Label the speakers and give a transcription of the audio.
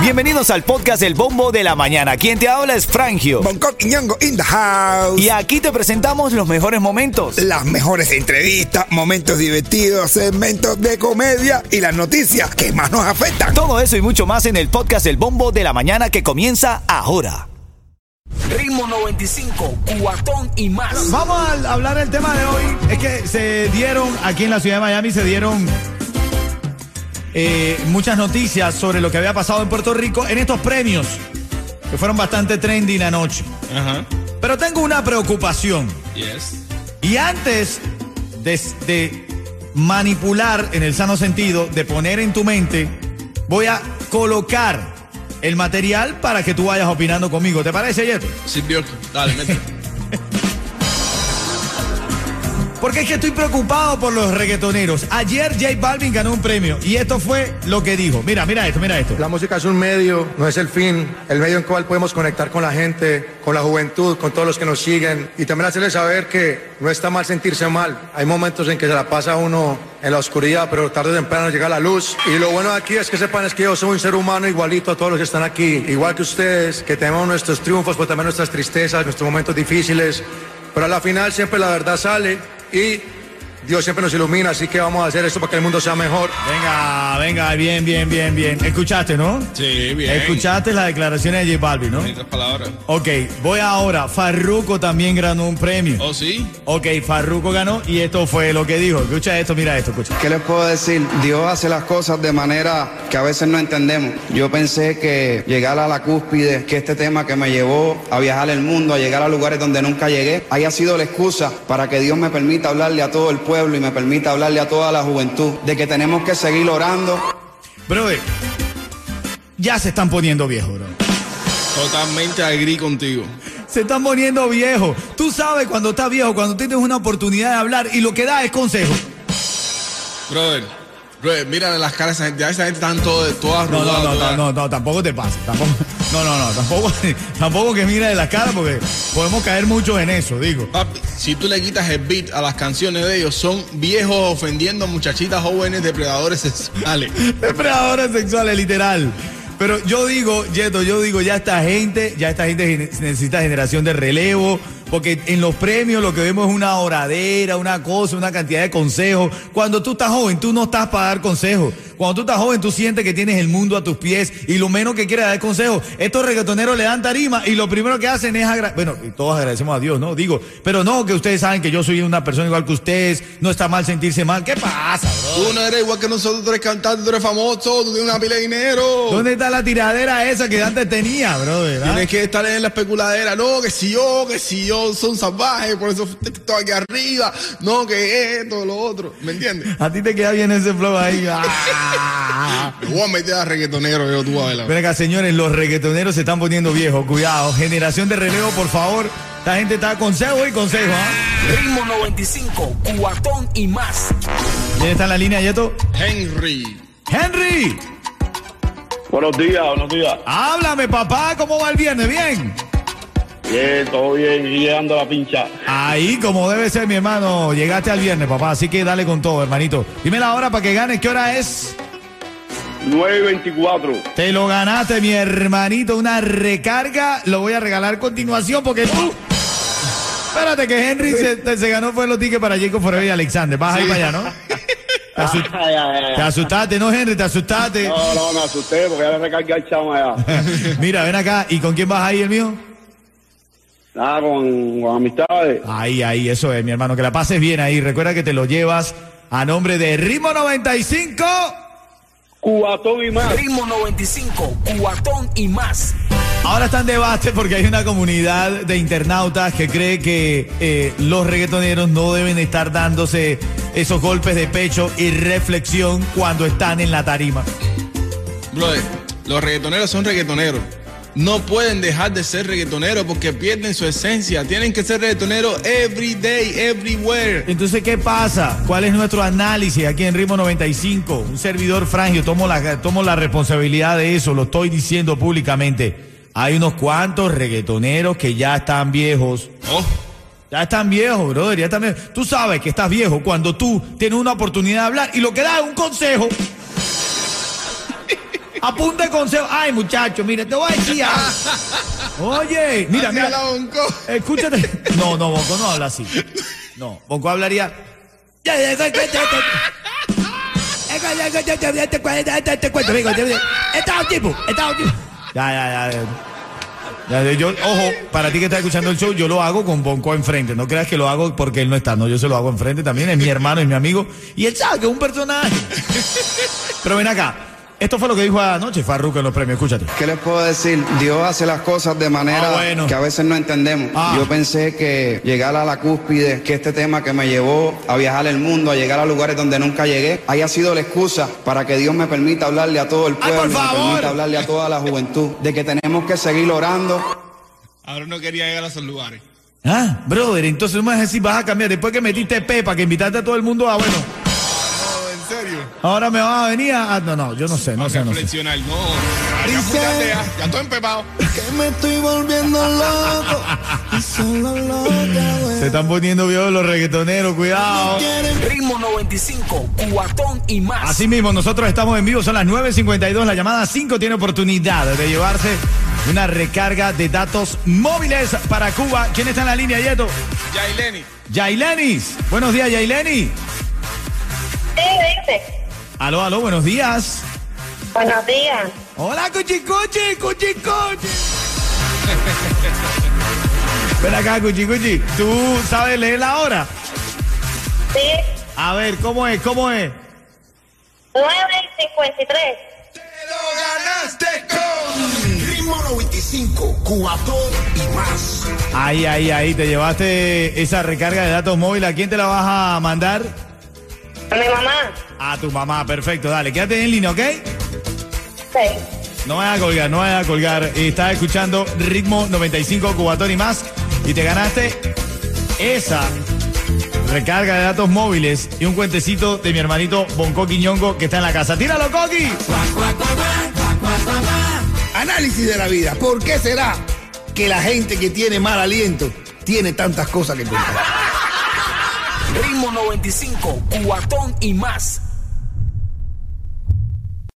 Speaker 1: Bienvenidos al podcast El Bombo de la Mañana. Quien te habla es Frangio.
Speaker 2: Bangkok y Ñongo in the house.
Speaker 1: Y aquí te presentamos los mejores momentos.
Speaker 2: Las mejores entrevistas, momentos divertidos, segmentos de comedia y las noticias que más nos afectan.
Speaker 1: Todo eso y mucho más en el podcast El Bombo de la Mañana que comienza ahora.
Speaker 3: Ritmo 95, Cubatón y más.
Speaker 4: Vamos a hablar del tema de hoy. Es que se dieron aquí en la ciudad de Miami, se dieron eh, muchas noticias sobre lo que había pasado en Puerto Rico en estos premios, que fueron bastante trending anoche. Pero tengo una preocupación. Y antes de, de manipular en el sano sentido, de poner en tu mente, voy a colocar el material para que tú vayas opinando conmigo. ¿Te parece, Yeto?
Speaker 5: Silvio, dale, mete.
Speaker 4: Porque es que estoy preocupado por los reggaetoneros. Ayer J Balvin ganó un premio y esto fue lo que dijo. Mira, mira esto, mira esto.
Speaker 6: La música es un medio, no es el fin, el medio en cual podemos conectar con la gente, con la juventud, con todos los que nos siguen y también hacerles saber que no está mal sentirse mal. Hay momentos en que se la pasa uno en la oscuridad, pero tarde o temprano llega la luz. Y lo bueno de aquí es que sepan es que yo soy un ser humano igualito a todos los que están aquí, igual que ustedes, que tenemos nuestros triunfos, pero también nuestras tristezas, nuestros momentos difíciles, pero a la final siempre la verdad sale y Dios siempre nos ilumina, así que vamos a hacer esto para que el mundo sea mejor.
Speaker 4: Venga, venga, bien, bien, bien, bien. Escuchaste, ¿no?
Speaker 5: Sí, bien.
Speaker 4: Escuchaste las declaraciones de J Balvin, ¿no?
Speaker 5: Bonitas palabras.
Speaker 4: Ok, voy ahora. Farruko también ganó un premio.
Speaker 5: ¿Oh, sí?
Speaker 4: Ok, Farruko ganó y esto fue lo que dijo. Escucha esto, mira esto, escucha.
Speaker 7: ¿Qué les puedo decir? Dios hace las cosas de manera que a veces no entendemos. Yo pensé que llegar a la cúspide, que este tema que me llevó a viajar el mundo, a llegar a lugares donde nunca llegué, haya sido la excusa para que Dios me permita hablarle a todo el pueblo y me permita hablarle a toda la juventud de que tenemos que seguir orando.
Speaker 4: Brother, ya se están poniendo viejos, bro.
Speaker 5: Totalmente agri contigo.
Speaker 4: Se están poniendo viejos. Tú sabes cuando estás viejo, cuando tienes una oportunidad de hablar y lo que da es consejo.
Speaker 5: Brother, brother, mírale las caras a esa gente. Ya esa gente están todas, todas
Speaker 4: No, no,
Speaker 5: arrugadas,
Speaker 4: no, no,
Speaker 5: todas-
Speaker 4: no, no, tampoco te pasa. Tampoco, no, no, no, tampoco, tampoco que mira de las caras porque podemos caer mucho en eso, digo.
Speaker 5: Papi, si tú le quitas el beat a las canciones de ellos, son viejos ofendiendo a muchachitas jóvenes depredadores sexuales.
Speaker 4: Depredadores sexuales, literal. Pero yo digo, Yeto, yo digo, ya esta gente, ya esta gente gene- necesita generación de relevo, porque en los premios lo que vemos es una oradera, una cosa, una cantidad de consejos. Cuando tú estás joven, tú no estás para dar consejos. Cuando tú estás joven, tú sientes que tienes el mundo a tus pies y lo menos que quieres es dar consejos. Estos reggaetoneros le dan tarima y lo primero que hacen es agradecer. Bueno, y todos agradecemos a Dios, ¿no? Digo, pero no, que ustedes saben que yo soy una persona igual que ustedes, no está mal sentirse mal. ¿Qué pasa, bro?
Speaker 5: Tú no eres igual que nosotros, tú eres cantante, tú eres famoso, tú tienes una pila de dinero.
Speaker 4: ¿Dónde está la tiradera esa que antes tenía, brother? ah?
Speaker 5: Tienes que estar en la especuladera. No, que si yo, que si yo son salvajes, por eso TikTok aquí arriba. No, que esto, lo otro. ¿Me entiendes?
Speaker 4: A ti te queda bien ese flow ahí. ah.
Speaker 5: Me voy a meter a reggaetonero, yo tú vas a ver.
Speaker 4: Ven acá, señores, los reggaetoneros se están poniendo viejos. Cuidado, generación de relevo, por favor. Esta gente está consejo y consejo. ¿ah?
Speaker 3: Ritmo 95, Cubatón y más.
Speaker 4: ¿Quién está en la línea, Yeto?
Speaker 5: Henry.
Speaker 4: ¡Henry!
Speaker 8: Buenos días, buenos días.
Speaker 4: Háblame, papá, ¿cómo va el viernes? ¿Bien?
Speaker 8: Bien, todo bien, y llegando a la pincha.
Speaker 4: Ahí, como debe ser, mi hermano. Llegaste al viernes, papá, así que dale con todo, hermanito. Dime la hora para que ganes. ¿Qué hora es?
Speaker 8: 9.24.
Speaker 4: Te lo ganaste, mi hermanito. Una recarga. Lo voy a regalar a continuación porque tú. Espérate que Henry se, se ganó fue los tickets para Jacob Forever y Alexander. Vas ahí para allá, ¿no? Te, asu-
Speaker 8: Ay, ay, ay.
Speaker 4: te asustaste, ¿no, Henry? Te asustaste.
Speaker 8: No, no, me asusté porque ya le recargué al chamo allá.
Speaker 4: Mira, ven acá. ¿Y con quién vas ahí, el mío?
Speaker 8: Nada, con, con amistades.
Speaker 4: Ahí, ahí, eso es, mi hermano. Que la pases bien ahí. Recuerda que te lo llevas a nombre de Ritmo 95.
Speaker 8: Cubatón y más.
Speaker 3: Ritmo 95, Cubatón y más.
Speaker 4: Ahora está en debate porque hay una comunidad de internautas que cree que eh, los reggaetoneros no deben estar dándose esos golpes de pecho y reflexión cuando están en la tarima.
Speaker 5: Brother, los reggaetoneros son reggaetoneros. No pueden dejar de ser reggaetoneros porque pierden su esencia. Tienen que ser reggaetoneros every day, everywhere.
Speaker 4: Entonces, ¿qué pasa? ¿Cuál es nuestro análisis aquí en Ritmo 95? Un servidor frangio, tomo la, tomo la responsabilidad de eso, lo estoy diciendo públicamente. Hay unos cuantos reggaetoneros que ya están viejos,
Speaker 5: Oh,
Speaker 4: Ya están viejos, brother, ya están viejos. Tú sabes que estás viejo cuando tú tienes una oportunidad de hablar y lo que da es un consejo.
Speaker 9: Apunte consejo. Ay, muchacho, mira, te voy a decir. algo. Oye, mira,
Speaker 5: Hacia
Speaker 9: mira.
Speaker 5: la Bonco.
Speaker 9: Escúchate. No, no, Bonco no habla así. No, Bonco hablaría. Estaba un tipo, estaba un tipo. Ya, ya, ya.
Speaker 4: Ya, de- yo, ojo, para ti que estás escuchando el show, yo lo hago con Bonco enfrente. No creas que lo hago porque él no está. No, yo se lo hago enfrente también. Es mi hermano, es mi amigo. Y él sabe que es un personaje. Pero ven acá. Esto fue lo que dijo anoche Farruko en los premios. Escúchate.
Speaker 7: ¿Qué les puedo decir? Dios hace las cosas de manera
Speaker 4: Ah, bueno.
Speaker 7: que a veces no entendemos.
Speaker 4: Ah.
Speaker 7: Yo pensé que llegar a la cúspide, que este tema que me llevó a viajar el mundo, a llegar a lugares donde nunca llegué, haya sido la excusa para que Dios me permita hablarle a todo el
Speaker 9: Ay, por
Speaker 7: pueblo,
Speaker 9: favor.
Speaker 7: me permita hablarle a toda la juventud, de que tenemos que seguir orando.
Speaker 5: Ahora no quería llegar a esos lugares.
Speaker 4: Ah, brother, entonces no me vas a decir, vas a cambiar. Después que metiste Pepa, que invitaste a todo el mundo a, bueno,
Speaker 5: No, en serio.
Speaker 4: ahora me vas a venir a... ah, no, no, yo no sé, no sé, no sé.
Speaker 5: Reflexionar, no. Ya, ya, apúntate, ya, ya estoy empepado.
Speaker 4: Se están poniendo viejos los reggaetoneros, cuidado.
Speaker 3: Ritmo 95, cuatón y más.
Speaker 4: Así mismo, nosotros estamos en vivo, son las 9.52, la llamada 5 tiene oportunidad de llevarse una recarga de datos móviles para Cuba. ¿Quién está en la línea, Yeto?
Speaker 5: Yaileni.
Speaker 4: Yailenis. Buenos días, Yaileni.
Speaker 10: Sí, dice.
Speaker 4: Aló, aló, buenos días.
Speaker 10: Buenos días.
Speaker 4: Hola, Cuchicuchi, Cuchicuchi. Ven acá, Cuchicuchi. ¿Tú sabes leer la hora?
Speaker 10: Sí,
Speaker 4: A ver, ¿cómo es? ¿Cómo es?
Speaker 10: 9 y 53.
Speaker 3: Ritmo 95, cuatón y más.
Speaker 4: Ahí, ahí, ahí, te llevaste esa recarga de datos móviles. ¿A quién te la vas a mandar?
Speaker 10: A mi mamá.
Speaker 4: A tu mamá, perfecto. Dale, quédate en línea, ¿ok?
Speaker 10: Sí.
Speaker 4: No vayas a colgar, no vayas a colgar. Estás escuchando Ritmo 95 Cubatón y más. Y te ganaste esa recarga de datos móviles y un cuentecito de mi hermanito Bonco Quiñongo que está en la casa. ¡Tíralo, Coqui!
Speaker 2: Análisis de la vida. ¿Por qué será que la gente que tiene mal aliento tiene tantas cosas que contar?
Speaker 3: Ritmo 95, cuatón y más.